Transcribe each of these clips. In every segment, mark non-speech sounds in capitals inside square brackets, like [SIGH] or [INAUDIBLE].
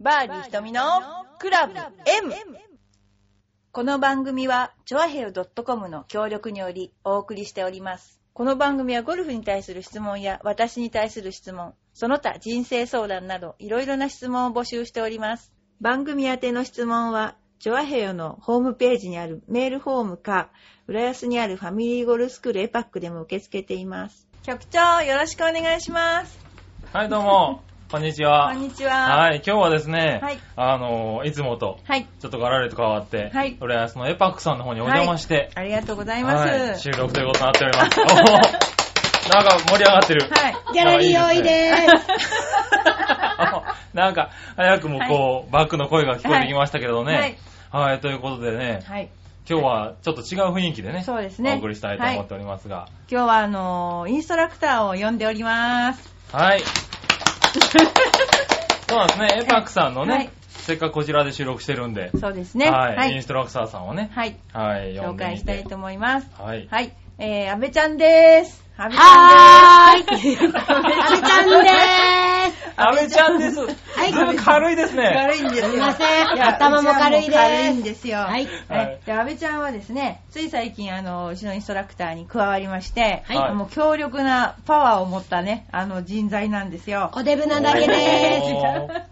バーディー瞳のクラブ M! この番組は、チョアヘヨ .com の協力によりお送りしております。この番組はゴルフに対する質問や私に対する質問、その他人生相談などいろいろな質問を募集しております。番組宛ての質問は、チョアヘヨのホームページにあるメールフォームか、浦安にあるファミリーゴルフスクールエパックでも受け付けています。局長、よろしくお願いします。はい、ど [LAUGHS] うも、こんにちこは。んにちは。はい、今日はですね、はいあのー、いつもと、はい。ちょっとガラリと変わって、はい浦安のエパックさんの方にお邪魔して、ありがとうございます。はい収録ということになってお [LAUGHS] ります。おーなんか盛り上がってる。 [LAUGHS] はい。ギャラリー多いでーす。なんか、早くもこう、バックの声が聞こえてきましたけどは [LAUGHS] ねい。はい、ということでね、はい。今日はちょっと違う雰囲気でね、そうですねお送りしたいと思っておりますが、今日は、あのーインストラクターを呼んでおります。 [LAUGHS] はい。そうなんですね、エパックさんのね、はいせっかくこちらで収録してるんで、そうですね。はい、はインい。ストラクターさんをね、はいはい、呼紹んでみ介てしたいと思います。はい。はい。えー、安倍ちゃんです。安倍ちはゃん [LAUGHS] ーです。い。阿部ちゃんで安倍ちゃんです。ずいぶん軽いですね。軽いんですよ。すいませんいや頭も軽いです安倍ちゃんも軽いんですよ。ーす。はい。ははいい。で、安倍ちゃんはですね、つい最近、あの、うちのインストラクターに加わりまして、はいもう強力なパワーを持ったね、あの、人材なんですよ。 [LAUGHS] おデブなだけでーす。おー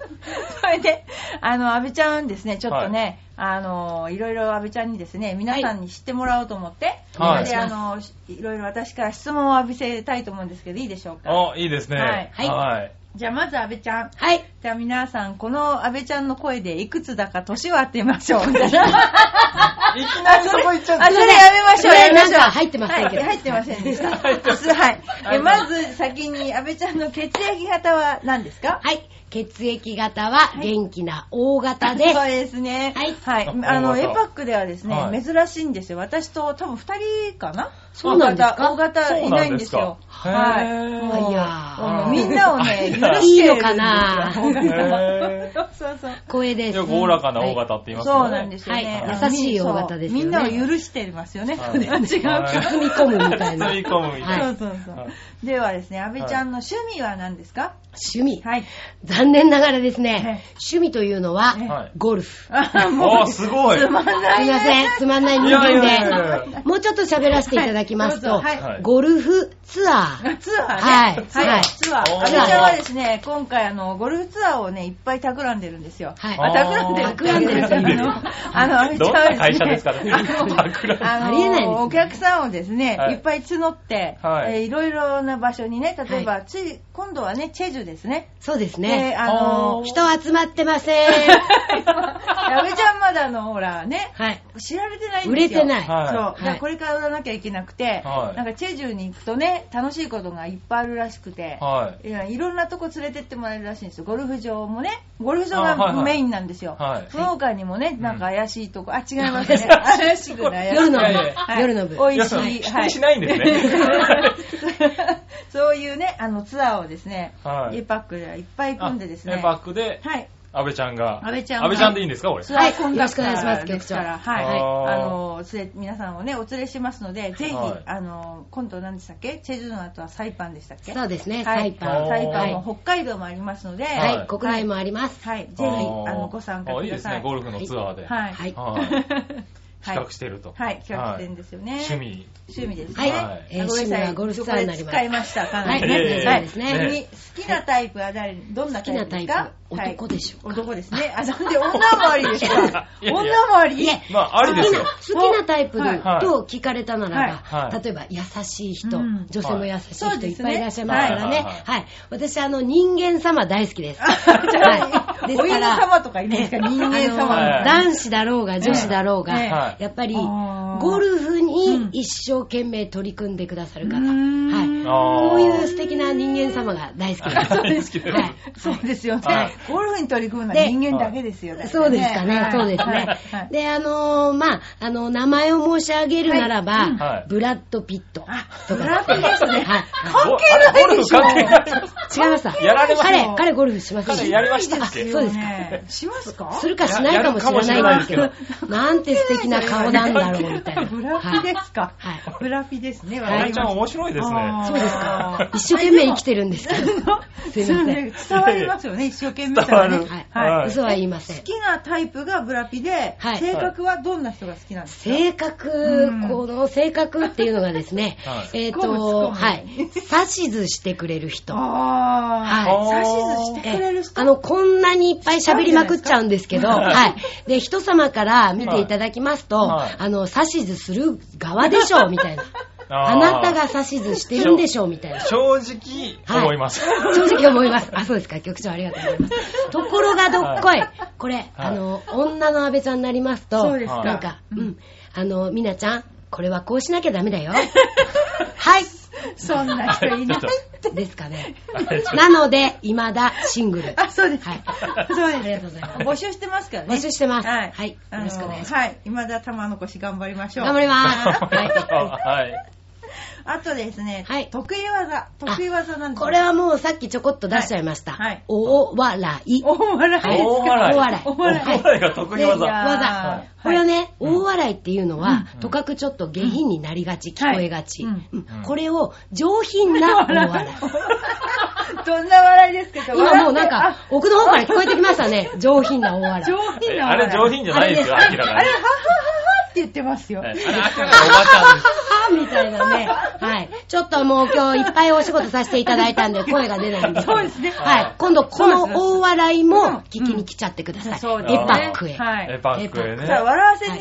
それで、あの、安倍ちゃんですね、ちょっとね、あの、いろいろ安倍ちゃんにですね、皆さんに知ってもらおうと思って、はいで、あの、いろいろ私から質問を浴びせたいと思うんですけど、いいでしょうか。お、いいですね。はいはいはい。じゃあ、まず安倍ちゃん。はい。じゃあ、皆さん、この安倍ちゃんの声でいくつだか年を当てまし [LAUGHS] ょう、みたいな。いきなりそこ行っちゃっあ、それやめましょう、それやめましょう。なんか入ってませんけどはい入ってませんでした。入ってませんはい。えまず、先に安倍ちゃんの血液型は何ですかはい。血液型は元気な O 型でそうですね。はいあの、大エ型パックではですね、はい珍しいんですよ。私と多分二人かなそうなんですか大型、大型いないんですよ。そうなんはですかへーもういやーあのみんなをね、許いしているんのですよかな大型へは [LAUGHS] そうそう。光栄です。よくおおらかな大型って言いますよね。そうなんですよね。はい優しい大型ですよねそうみんなを許してますよね。はいそうね違うはか。い包み込むみたいな。包み込むみたいなはそいうそうそうは。ではですね、安倍ちゃんの趣味は何ですか趣味。はい。残念ながらですはいね、趣味というのははい、ゴルフ。あおー、すごい。つまんない。すいません、つまんない人いやいやいや間いで。もうちょっと喋らせていただきますと、はいどうぞはいゴルフツアー。ツアーね。はいははい。いツアー。おー阿部ちゃんはですね、今回あの、ゴルフツアーをね、いっぱい企んでるんですよ。はいあ、企んでるっていうか。企んでるあの、あの、阿部ちゃんどんはな会社ですか [LAUGHS] ね。 [LAUGHS] 企んでるあのありえないですねお客さんをですね、はいいっぱい募って、はいえーいろいろな場所にね、例えば、はつい今度はね、チェジュですね。そうですでね。あのおー、人集まってません。阿部ちゃんまだあの、ほらね、はい。知られてないん売でれすよ。てない。はいそう。だからはいこれから売らなきゃいけなくて、はいなんかチェジュに行くとね、楽しいことがいっぱいあるらしくて、、はいやいろんなとこ連れてってもらえるらしいんですよ。ゴルフ場もね、ゴルフ場あはいがはいメインなんですよ。はいその他にもね、んなんか怪しいとこ、あ、違いますね。怪しくない。夜のい部やいや。はい夜の部。おい。いいや、しそいのはい否定しないんですね。そういうね、あのツアーをですね、はいエパックではいっぱい組んでですね、あエパックで、はい。安倍ちゃんが。安倍ちゃんは安倍ちゃんでいいんですか、俺。ツアーコンよダろクしタくお願いしますーですから、局長はい。はいあの、つれ皆さんをね、お連れしますので、ぜひ、はいあの、今度何でしたっけチェジュの後はサイパンでしたっけそうですね、はサいイあパーン。サイパはンいも北海道もありますので、はいはい、国内もあります。はい、ぜひ、ああーの、ご参加あくいいだですさね、い。ゴルフのツアーで。 [LAUGHS] はい。はいはい企画ししてると。はい、企画してんですよね。趣。味。趣味ですはね。いはいえー趣味はゴルフツアーになりますこれ使いました、かなりはいね。はいそうですね次好きなタイプは誰、どんなタイプですか好きなタイプ男でしょうかはい男ですね。あ、なんで女回りです [LAUGHS] かいやいや女回りいえまあ、ありですよ。好きな好きなタイプはいと聞かれたなはらいはば、い例えば優しい人うん、女性も優しいはい人いっぱいいらっしゃいますからね。そうですねはい。私、あの、人間様大好 [LAUGHS] きです。は。はいい。 [LAUGHS] お湯の様とかいないですか人間様。はあのい男子だろうが女子だろうええがは、いやっぱり、あーゴルフうんに一生懸命取り組んでくださる方。うーんはい。こういう素敵な人間様が大好きです。 [LAUGHS] 大好きですはいそうですよねはい。ゴルフに取り組むのは人間だけですよ。だってそうですかねは、いそうですはいねはい。で、あのー、まあ、あの、名前を申し上げるなはいらうんはいば、ブラッド・ピットとあか。ブラッドですねはい。関係ないでしょ。ゴルフ関係ない。違いました。やられました彼、彼ゴルフしません彼やりましたっあけそうですか。ねしますかするかしないかもしれないですけやるかもしれないど、なんて素敵な顔なんだろうみたい [LAUGHS] な。ブラピですか。はい。ブラピですね。かりちゃんわか面白いりでますね。そうですかあ。ー一生懸命生きてるんですけど。すいません。伝わりますよね、一生懸命伝わるね。ははいい。はい嘘は言いませ好ん。きなタイプがブラピで、はい性格はどんな人が好きなんですか性格、うんこの性格っていうのがですね、 [LAUGHS] はいえっ、突っ込む突っ込と、むはい。指図してくれる人。あはいあ、指図してくれるえ人。あの、こんなにいっぱい喋りまくっちゃうんですけど、はいはい。で、人様から見ていただきますと、はいあの、指図する側でしょう、[LAUGHS] みたいな。あなたが指図してるんでしょう、みたいな。正直はい思います。 [LAUGHS] 正直思います。あ、そうですか。局長ありがとうございます。ところがどっこい。これ、あの、女の安倍ちゃんになりますと、そうですかなんか、ううんん。あの、みなちゃん、これはこうしなきゃダメ [LAUGHS] だよ。はい。そんな人いないちょ。ですかね。っとあれちょっとなので、未だシングル。あ、そうです。はい。そうありでがすと。うございます。 [LAUGHS] 募集してますからね。募集してますはい。はいよろしくお願いしますあのはい。今田玉のし頑張りましょう。頑張ります。ははい。あとですね、はい得意技。得意技なんい。ですこれはもうさっきちょこっと出しちゃいました。はいはいお笑い。大笑いですか。大笑い。大笑い大笑いが得意いや技。ー技はい。これはね、大笑いっていうのはう、んとかくちょっと下品になりがち、はい聞こえがち。うんうんうんこれを上 [LAUGHS] 品な大笑い。どんな笑いですけど、今もうなん笑っか、奥の方から聞こえてきましたね。上品な大て笑上い。品えなあ笑い。れ上品じゃないですよ、あ明れらあれ、は。はかにははって言ってますよ。はいあれ、明らかにおばちゃんです。はぁみたいなね。はい。ちょっともう今日いっぱいお仕事させていただいた [LAUGHS] んで声が出ないんですけどそうですねはい。今度この大笑いも聞きに来ちゃってください。そうですエね。パックへ。はいえ、。パックへね。さあ、笑わせに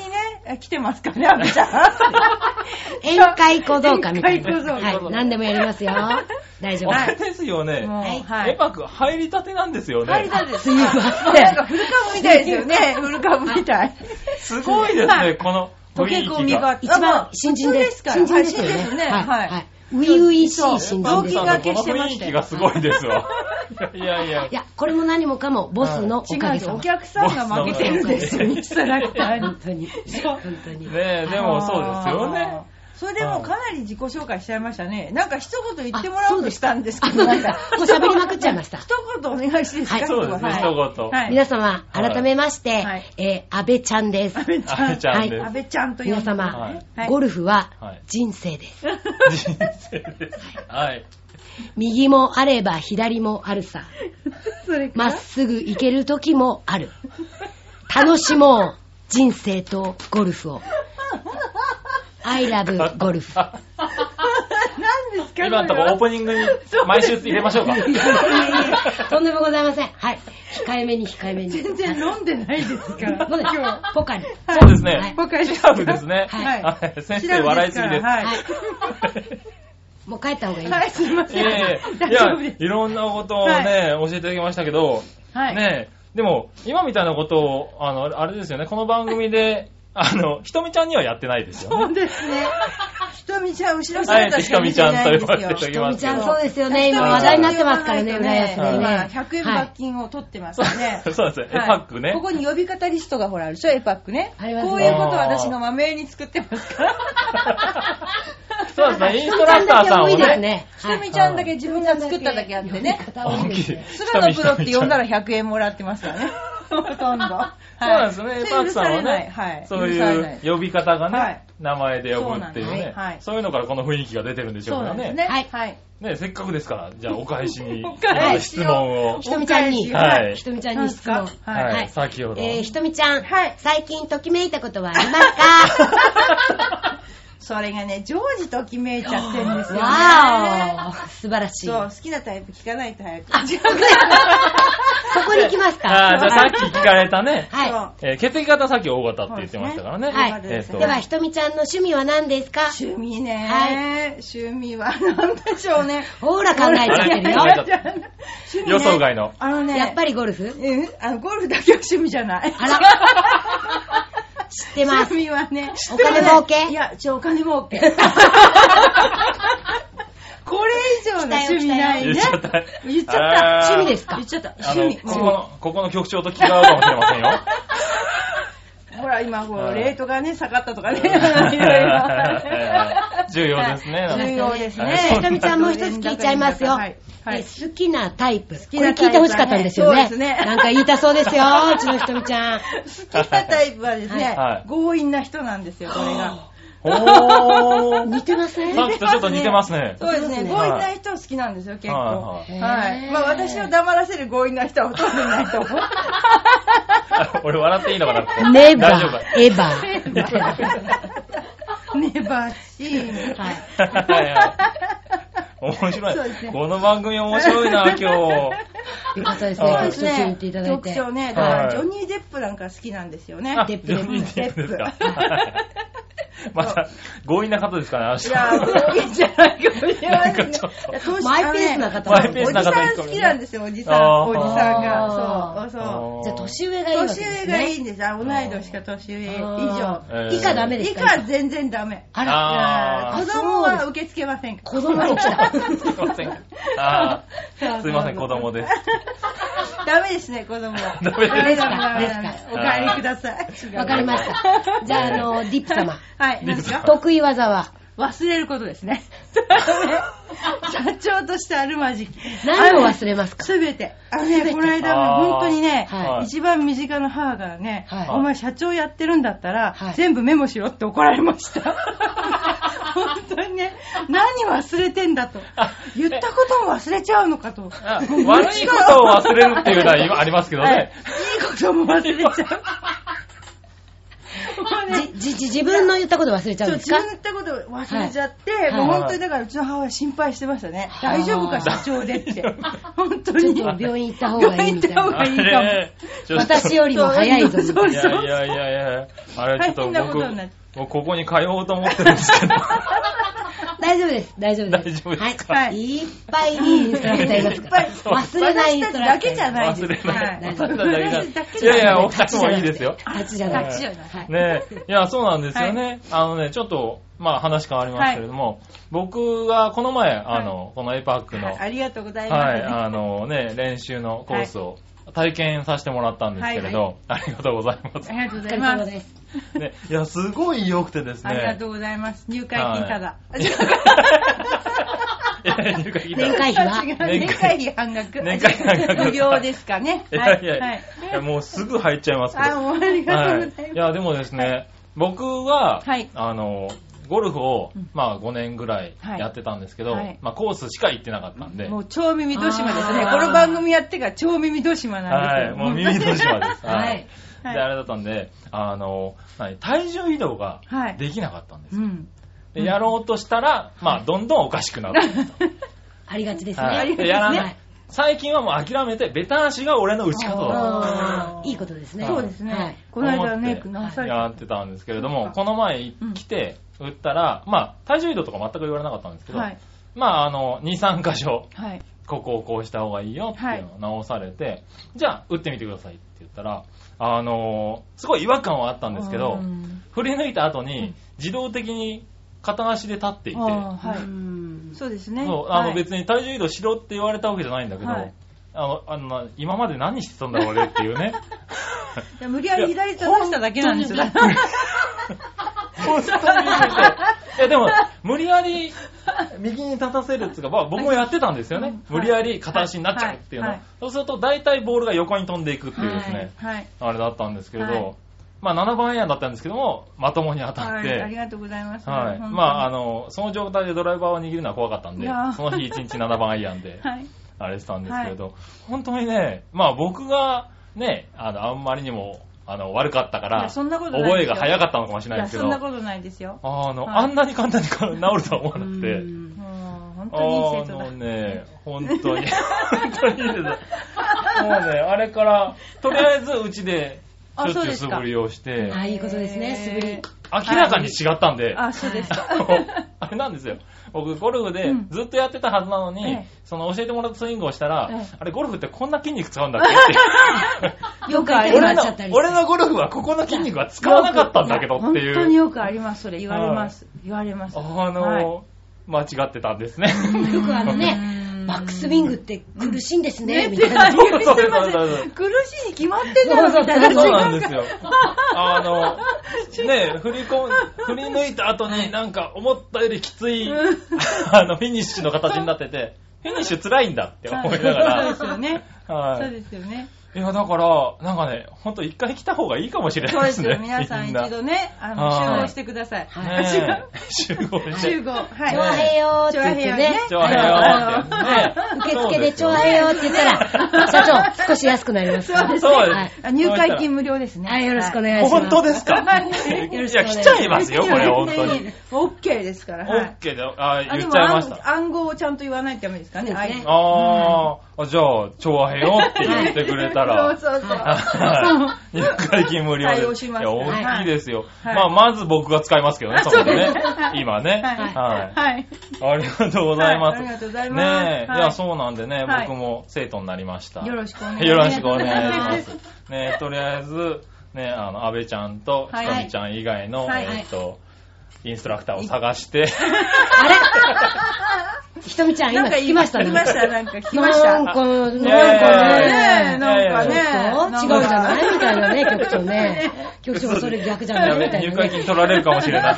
ね、来てますかね、あみちゃん。宴会小僧かみたい宴な。会小は僧い。何でもやりますよ。大丈夫。あれですよね。もうはいはエい。パック入りたてなんですよ入りね。たいです。すいませなんんか。古株みたいですよね。古株みたい。すごいですはねい、この溶け雰囲込気みがが。一番新人です。から。新人はいです新よ人ですね。ね。はい。は。はい初々しいそう新パ人ッでク雑巾がけさんのこすしのてま雰し囲た気よがすごいですわ。 [LAUGHS] いやいやいいや。や、これも何もかもボスのおい。違かうげです。さま。お客さんが負けてるんですよ、インストラクターに本。当に。本当に。ねえ、でもそうですよね。それでもうかなり自己紹介しちゃいましたね。なんか一言言ってもらおうとしたんですけあ、ど、そうなでんすかか。もう喋りまくっちゃいました。一言お願いしていいですはいかそうですはね、い一言。はい皆様、はい改めましてはい、えー、安倍ちゃんです。安倍ちあゃれんち。ゃんで安す。倍ちゃんと呼ん皆で様は、いゴルフははい人生です。人生です。はい。右もあれば左もあるさ。それまっすぐ行ける時もある。楽しもう、人生とゴルフを。I love ゴルフ。あ何ですか今のとこオープニングに毎週入れましょうか。とんでもございません。はい。控えめに控えめに。全然飲んでないですから。はい今日。ポカリ。そうですはねい。ポカリシラフですね。はいはい先生笑いすぎです。はい。もう帰った方がいい。 [LAUGHS] はい、すいません。ええ大 [LAUGHS] い丈や夫で、す。いろんなことをね、教えていただきましたけど、はい。ねえ、でも、今みたいなことを、あの、あれですよね、この番組で、あの、ひとみちゃんにはやってないですよね。そうですね。ひとみちゃん、後ろあえ姿てしひかと見みてちゃなんいとんです呼ばれよて。いひとまみすちけゃん、ど。そうですよね。ひとみちゃん今話題になってますからね、浦安でね。今はい100円罰金を取ってますよね。 [LAUGHS] そうですね、エはいパックねこ。こに呼び方リストがほらあるでしょ、エパックね。ありますねこういうことを私のまめに作ってますから。 [LAUGHS] そうですね、インストラクターさんをひとみちゃんだけ多いね、ですね。ひはといみちゃんだけ自分が作っただけあってね。本気で。菅野プロって呼んだらひ100円もらってますからね。ほとんど。はいとみちゃんそうなんそれですね、エパックさん許はれないね、はい。そう許されないいう呼び方がはいね、名前で呼ぶっていうそうなんでねすはい、そういうのからこの雰囲気が出てるんでしょそううかならんですね。ね。はいはい。ね、せっかくですから、じゃあお返し [LAUGHS] に、お返し質を問を。ひとみちゃんに、はい [LAUGHS] ひとみちゃんに質問。はいははいい、先ほど。えー、ひとみちゃん、はい最近ときめいたことはありますかそれがね、常時ときめいちゃってるんですよ、ね。わーお素晴らしい。そう、そ好きなタイプ聞かないと早く。こに行きますかああ、じゃあさっき聞かれたね、はい。そえー血液型さっき大型って言ってましたからね。はいえーとでは、ひとみちゃんの趣味は何ですかう趣味ね、趣味は何でしょうね。ほら、考えちゃってるよあ。れ考えちゃっ趣味ね予想外の。あのね、やっぱり、りゴルフうん、あのゴルフだけは趣味じゃない。あら。知ってます趣。味はね、お金儲けいや、ちょ、お金儲 [LAUGHS] け。これ以上の趣味ない言っねち。ゃった。言っちゃったあー趣味ですか言っちゃった。あ趣の、味。ここの、ここの局長と気が合うかもしれませんよ。 [LAUGHS] [LAUGHS] ほら、今、ほら、はいレートがね、下がったとかね、い [LAUGHS] ろいろ。重要ですね。なんか重要ですはねい。ひとみちゃんもう一つ聞いちゃいますよ。はいはいえ好きなタイプ。こきれなタイプはね聞いて欲しかったんですよね。そうですねなんか言いたそうですよ、うちのひとみちゃん。好きなタイプはですね、はい強引な人なんですよ、これが。おー。似てませんさっきとちょっと似てますね。そうですね。そうですね強引な人好きなんですよ、結構。ははいい。はいへーまあ私を黙らせる強引な人はほとんどいないと思う。 [LAUGHS] 俺笑っていいのかなここネ大丈 [LAUGHS] バー、エバー。 [LAUGHS] ネバチー。はい。夫かいや面白そうですい。ねこの番組面白い [LAUGHS] な、今よかったですはね。い一緒に言っていただい局て。長ね、だはいからジョニー・デップなんか好きなんですよね。日。あデップ [LAUGHS] デジップョニーデップですか。はいまた、強引な方ですかね、明日い。やー、強引じゃないかもしれないなんかですちょねっと。いや投資マイペースな方マイペースな方おじさん好きなんですよ、おじさん。あーおじさんあが。そう、そ。ーじゃあ、年上がいいうわけ年です上ね。がいいんです。あ、同い年か年上以上あ。ーえー以下ダメです以か下全然ダメ。ああら、いやーあー子供は受け付けませんから。子供に来た。すいません。あーすいません、子供です。ダメですね、子供は。ダメですかダメダメダメですお帰りください。わかりました。じゃあ、あの、ディップ様。はい、リ何ブでさすんか得意技は忘れることです [LAUGHS] ね。社長としてあるまじき。何を忘れますかすべて。あのね、この間も本当にね、はい一番身近な母がね、はいお前社長やってるんだったら、はい全部メモしろって怒られました。 [LAUGHS] 本当にね、何忘れてんだと。言ったことも忘れちゃうのかと。あ悪いことを忘れるっていうのは今ありますけどはいね。いいことも忘れちゃ [LAUGHS] う。もうねじ、じ、じ自分の言ったこと忘れちゃうんそう、で自すか分の言ったことを忘れちゃって、いもうはい本当にだからうちの母親心配してましたね。はい大丈夫か、社長でって。本当ちょっに。と病院行った方がいいみた病院行いった方な。がいいかもあれちょっと私よりも早いぞみたいな。そういやいやいやいや、あれちょっと大変なこと僕になっ、僕ここに通おうと思ってるんですけど。大丈夫です。大丈夫です。大丈夫ですかはい。いっぱいいいインストラクターいますから。忘れないインストラだクけター。じゃないです。忘れない。はい忘れない私だけいじゃやないや、お二人もいいですよ。立ちじゃない。立ちじゃない。はいねえ。いや、そうなんですよね。あのね、ちょっと、まあ話変わりますけれども、僕はこの前、あの、この A パックの、はいはあい、りがとうございます。あのね、練習のコースを体験させてもらったんですけれど、ありがとうございますあ。りがとうおござ疲いれま様す。です。ね、いや、すごい良くてですね。ありがとうございます。入会金ただ。はいいや入会金だ年会費は違う年会費半額。年会費半額無料ですかね。いやいや、はいい。やもうすぐ入っちゃいますけあ、ど。もうありがとうございます。い、いや、でもですね、僕は、はいあの、ゴルフを、まあ5年ぐらいはいやってたんですけど、はいまあコースしか行ってなかったんで、もう超耳戸島ですあね。ーこの番組やってから超耳戸島なんはですい、よ。もう耳の島です。はい。で、はいあれだったんで、あの、何体重移動がはいできなかったんですうよ、ん。でやろうとしたら、まあ、どんどんおかしくなって。ありがちですね。はいでやらない。最近はもう諦めて、ベタ足が俺の打ち方だと。あーいいことですね。はいそうですはねい。。この間メイク直されやた。ってたんですけれども、この前来て、打ったら、まあ、体重移動とか全く言われなかったんですけど、はい。まあ、あの、2、3箇所、はい。ここをこうした方がいいよっていうのを直されて、じゃあ、打ってみてくださいって言ったら、あのーすごい違和感はあったんですけど、うん振り抜いた後に、自動的に片足で立っていて、あーはうい。んそうですね。そうあはのい別に体重移動しろって言われたわけじゃないんだけど、はいあのあの今まで何してたんだ俺ってい [LAUGHS] うね。いや無理やり左手出しただけなんですよ。本当に見てて。え、でも、無理やり右に立たせるっていうか、まあ僕もやってたんですよね。うん無理やり片足になっちゃうっていうの。はいはいそうすると、大体ボールが横に飛んでいくっていうですね、はい。あれだったんですけれど、はいまあ7番アイアンだったんですけども、まともに当たっはて、い。はありい。がとうございます。本当にまあ、あの、その状態でドライバーを握るのは怖かったんでいや、ーその日1日7番アイアンで、 [LAUGHS] はい。あれしたんですけれど、本当にね、まあ僕がね、あの、あんまりにも、あの、悪かったかいら、やそんなことないですよ覚えが早かったのかもしいれないや、ですけど、そんなことないですよ。あの、はいあんなに簡単に治るとは思わなくて。うんもう、本あ当にいい生徒だの。 [LAUGHS] ね、本当に、本当にいいです。もうね、あれから、とりあえずうちで、しあょっちそうゅうです素か振りをして、あ、いいことですね、素振り。明らかに違ったんで、あ、そうですか。 [LAUGHS] あれなんですよ。僕、ゴルフでうんずっとやってたはずなのに、ええその教えてもらったスイングをしたら、ええあれ、ゴルフってこんな筋肉使うんだっ [LAUGHS] けっよくて痛くな俺っちゃったりの、俺のゴルフはここの筋肉は使わなかったんだけどっていう。本当によくあります、それ。言われます。言われます。あの、はい間違ってたんですね。 [LAUGHS] よくあのねう、んバックスウィングって苦しいんですねね、みたいな。そうそうそうそう苦しいに決まってんだろみたいな。そうなん [LAUGHS] ですよ。あの、ねえ振り込ん、振り抜いた後になんか思ったよりきつい、あの、フィニッシュの形になってて、フィニッシュ辛いんだって思いながそうですよね。ら、はそうい。ですよね。いや、だから、なんかね、ほんと一回来た方がいいかもしれそうないでですすよね。。皆さんみ一な度ね、あの、はい集合してください。はい違うねえ集合して。集合。はい。調和平和って言ってね。ちょはよあーのってね。受付で調和平和って言ったら、社長、少し安くなります。そうですそうですはいあ入会金無料ですね。はい、よろしくお願いしま本す。当ですかはいいや、よろ来しくお願いしますちゃいますよ、これ、本当いやに。オッケーですから。はい OK で、あ、あで言っもちゃいました。暗暗号をちゃんと言わないとダメですかね。そうですはいねあー、あじゃあ、調和平和って言ってくれた [LAUGHS] ら。そうそうそう。はい入会金無料対で応す。しいますや、大きいですよ。はいまあ、まず僕が使いますけどね、そこでねそうですねは。い今ね。はいはい。はい。ありがとうございまはいす。ありがとうございますねえ、はいい、や、そうなんでね、はい僕も生徒になりました。よろしくお願いしますよろしくお願いし [LAUGHS] ます。ねえ、とりあえず、ねあの、安倍ちゃんと、ひはいとみちゃん以外の、はいえっと、インストラクターを探して、 [LAUGHS] ひとみちゃん、今聞きましたね。聞きました、なんか聞きましなた。んねか、なんいやえ、かね。なんかね。違うんじゃないみたいなね、局長 [LAUGHS] ね。局長もそれ逆じゃないやべみたい入な会ね。金取られるかもし [LAUGHS] れない。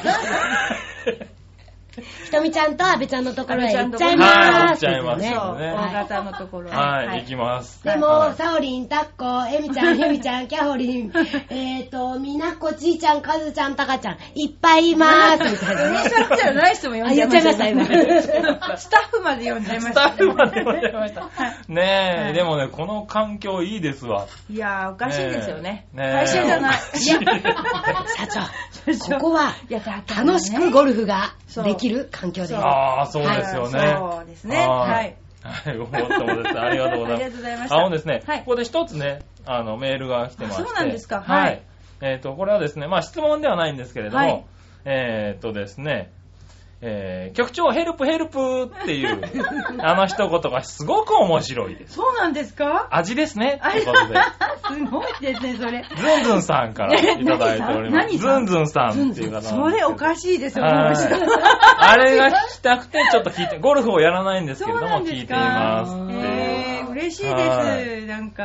ひとみちゃんと安倍ちゃんのところへ行っちゃはい、行いまっす。ちゃいますねよね。大型のところ。はい、行きます。ではも、いサオリン、タッコ、エミち [LAUGHS] ゃん、ヘミちゃん、キャホリン、えっと、みなっこ、ちいちゃん、カズちゃん、タカちゃん、いっぱいいます、みたいなインねストラクターない人も呼あ、んじゃ言いっまちゃいましした、た。今。 [LAUGHS] スタッフまで呼んじゃいまスしタた。ッフまでもらいました。 [LAUGHS] ねはえ、いでもね、この環境いいですわ。いやー、おかしいですよね。ねえ会社じゃ [LAUGHS] ない。社社長長、ここはいや、だからね楽しくゴルフができる環境でそすう。 [LAUGHS] ああ、そうですよね。そうですね。はい。。 [LAUGHS] はい、ごもっともです。ありがとうござあいます。りがとうございましたあのですね、はいここで一つね、あの、メールが来てまして。あそうなんですかは。はいいえっ、と、これはですね、まあ質問ではないんですけれども、はいえっ、とですね、えー、局長ヘルプヘルプっていう [LAUGHS] あの一言がすごく面白いです。そうなんですか [LAUGHS] 味ですねあということで、すごいですね、それ。ズンズンさんからいただいております。何ズさンんズンさんっていう方なんですけどそれおかしいですよ、 [LAUGHS] はいこの人あれが聞きたくて、ちょっと聞いて、ゴルフをやらないんですけれども、そうなんで聞いすてかいますっていう。えー、嬉しいです、はいなんか。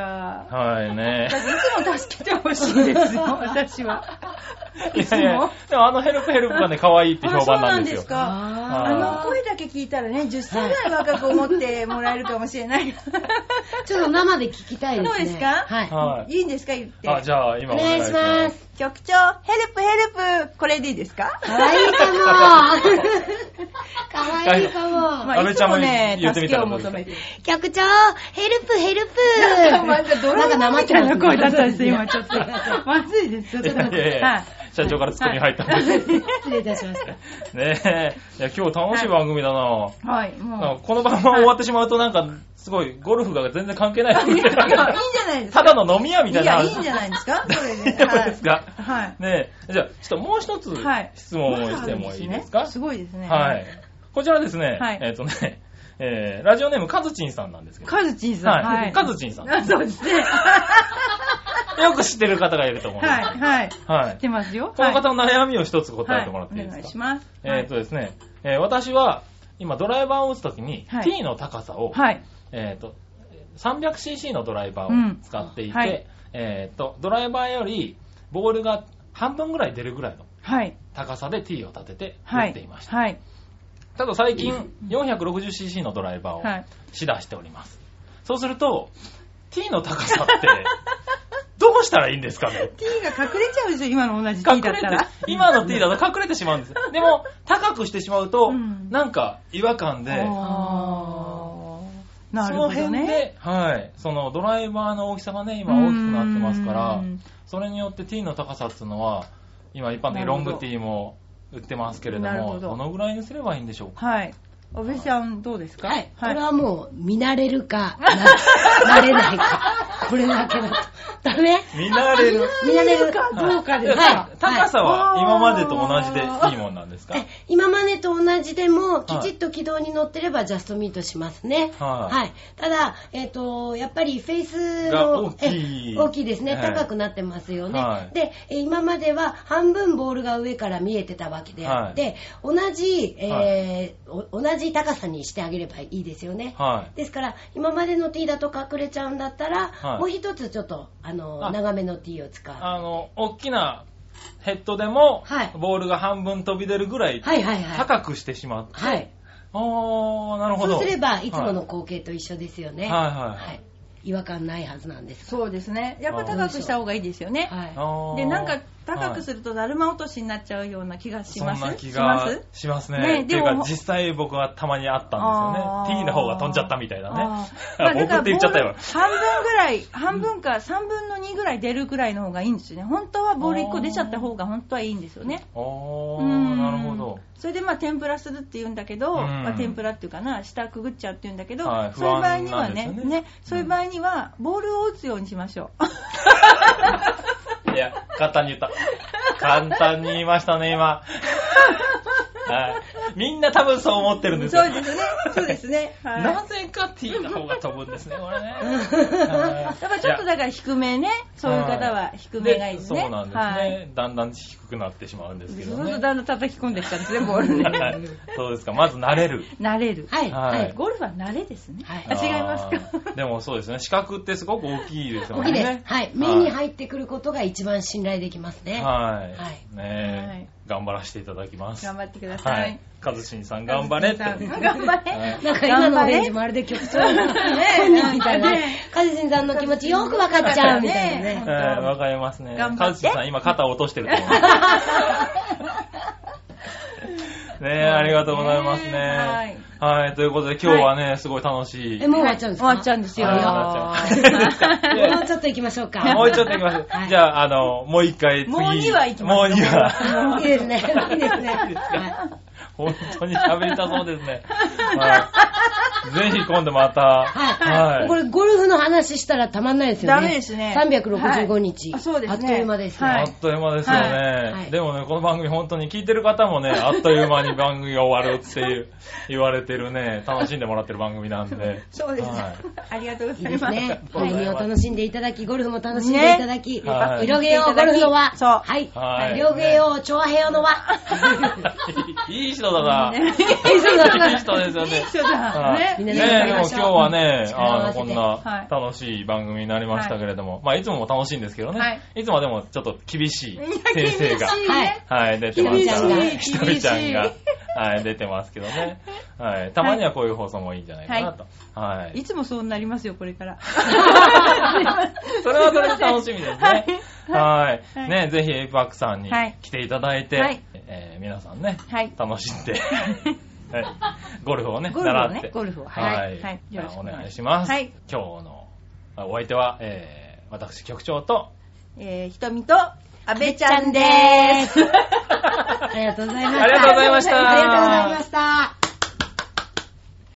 はいねだ。っていつも助けてほしいですよ、 [LAUGHS] 私は。いつも。でもあのヘルプヘルプがね、可愛いってあ評そう判ななんんですでよす。か。ああのは声だけ聞いたらね、10歳ぐらい若く思ってもらえるかもしれない。ーちょっと生で聞きたいですね。そうですかはい。はい [LAUGHS] いいんですか言って。い。あ、じゃあ今おお願願いいししま。ますす。局長、ヘルプヘルプこれでいいですかかわいいかも。かわいいか [LAUGHS] [LAUGHS] まも。安あ、倍いちつゃんももね、言って助みけたらをどうです求かめてる。局長、ヘルプヘルプなんかドラマみたいな声だったんです、今ちょっと。まずいです、いちょっとや待いっやいて。はやい。社長からツッコミ入ったんですけ失礼いたしました。どねえ。いや、今日楽しい番組だなはい、なもんうか。この番組終わってしまうとなんか、すごい、ゴルフが全然関係ないいやいいんじゃないですたか。だの飲み屋みいたいな。や、いいんじゃないですかそれいいで。はいですかはい。ねえ、じゃあ、ちょっともう一つはい質問をしてもいいですまか、だあるんねすごいですね。はい。。こちらですね、はいえっ、とね、えー、ラジオネームカズチンさんなんですけど、カズチンさん。はい。カズチンさん。あそうですね。 [LAUGHS] よく知ってる方がいると思うんです。はい、はい。はい。知ってますよ。このはい方の悩みを一つ答えてもらっていいはおで願いすしか、ます。えっ、とですね、えー私は、今ドライバーを打つときに、はい T の高さを、はい。えっ、と、300cc のドライバーを使っていて、うんはいえっ、と、ドライバーより、ボールが半分ぐらい出るぐらいのはい。高さで T を立てては打い。っていました。はい。ただ最近、460cc のドライバーをはい。指導しております。そうすると、T の高さって、どうしたらいいんですかね T が隠れちゃうでしょ、今の同じ T だっ隠たれてら。、今の T だと隠れてしまうんです。でも、高くしてしまうと、うんなんか違和感で、あーなそるのほど辺ね。で、はい、そのドライバーの大きさがね、今大きくなってますからう、んそれによって T の高さっていうのは、今一般的にロング T も売ってますけれどなるも、ほどどのぐらいにすればいいんでしょうかはい。おべさん、どうですかはい。こはれい。はもう、見慣れる [LAUGHS] か、な慣れないか。これだけだと。ダメ見慣れる。見慣れるかどうかですはかい。高さははい今までと同じでいいもんなんですかえ今までと同じでも、きちっと軌道に乗ってればジャストミートしますね。はいはい。ただ、えっ、と、やっぱりフェイスがの大きいえ大きいですね、はい高くなってますよね。はいで、え今までは半分ボールが上から見えてたわけであって、同じ、えーお同じ高さにしてあげればいいですよね。はい。ですから今までの T だと隠れちゃうんだったら、はいもう一つちょっとあのあ長めの T を使うはあの、大きなヘッドでも、はいボールが半分飛び出るぐらいいはいはい、高くしてしまう。はい、あー、なるほど。そうすればいつものは光景と一緒ですよいね、はいはい。はい違和感ないはずなんです。そうですね。やっぱ高くした方がいいですよね。はい。あーで、なんか高くするとだるま落としになっちゃうような気がします。そんな気しまがすしますねね。ってでいもうか、実際僕はたまにあったあんですよーね。T の方が飛んじゃったみたいだねあ。ーまああだ [LAUGHS] 僕かっらて言っちゃったよ。半分ぐらい、半分か3分の2ぐらい出るぐらいの方がいいんですよね。本当はボール1個出ちゃった方が本当はいいんですよね。おうんー、なるほど。それでまあ天ぷらするって言うんだけど、うんまあ、天ぷらっていうかな下くぐっちゃうって言うんだけど、はいそういう場合にはね不安なんですよねねそういう場合にはボールを打つようにしましょういや、簡単に言った。簡単に言いました [LAUGHS] ね、今。はい。みんな多分そう思ってるんですよ。そうですねそうですね [LAUGHS] はいなぜか T の方が飛ぶんですね、[LAUGHS] これね。ややっぱちょっとだから低めねそういう方は低めがいいですねそうなんですね、はいだんだん低くなってしまうんですけそうどするとね。だんだん叩き込んでいったんですねボールねはいそうですか、まず慣れる。慣れるはい。はいはい。ゴルフは慣れですね、はいあ違いますかあーでもそうですね、資格ってすごく大きいですよ大ね。きいです。はい。目に入ってくることが一番信頼できますはい。ね。はねえ、はい頑張らせていただきます。頑張ってください、はい。カズシンさん頑張れって。頑張 [LAUGHS] れ、はいなんか今のオレンジもあれで局長が [LAUGHS] 本人みたいなね。カジシンさんの気持ちよくわかっちゃうみたいなねね。えーわかりますね頑。張カってズシンさん今肩を落としてると思 [LAUGHS] います。ねえ、ありがとうございますね。はい、ということで今日はね、すごい [LAUGHS] 楽しい。え、もう終わっちゃうんですか終わっちゃうんですよあー終わっちゃうもうちょっと行きましょうか。 [LAUGHS] もうちょっと行きましょう。はいじゃあ、あの、もう一回次。もう二話行きましょうもう2話。いいで [LAUGHS] すね。いいですね。は。本当に喋りたそうですね。はいぜひ今度また。はいはい。これ、ゴルフの話したらたまんないですよね。ダメですね365日。はいあそうですねっという間ですよ。はあいっという間ですよね、はいはいでもね、この番組本当に聞いてる方もね、あっという間に番組が終わるっていう、言われてるね、楽しんでもらってる番組なんで。そうです、はいありがとうごいいざいでますすあね。りがとうございます番組を楽しんでいただき、ゴルフも楽しんでいただき、ねはい広げよう、ゴルフの輪。そうはい。はい広げよう、調和平和の輪。いい人だな。い以上だ [LAUGHS] い人ですよね。そうだはいねみんねなえ、ででも頑張りま今しょう日はね、力を合あわの、せてこんはない楽しい番組になりましたけれども、まあ、いつも楽しいんですけどね、、はいつもでもちょっと厳しい先生が、はい。はい、出てますから、厳しいひとりちゃん厳が、はい、出てますけどね、はい、たまにはこういう放送もいいんじゃないかなと。はいいつもそうなりますよこれから [LAUGHS] それはそれで楽しみですね。はい。はいね、ぜひエイパックさんにはい来ていただいて、はいえー皆さんね、はい楽し [LAUGHS] んで、はいゴルフをね、ゴルフを習っねて、ゴルフをははいい、はいはいよろしくおお願い願いします。はい今日のお相手は、えー私局長と、えー、ひとみとあべちゃんであす [LAUGHS] りがとうございました。ありがとうございましたありがとうございました。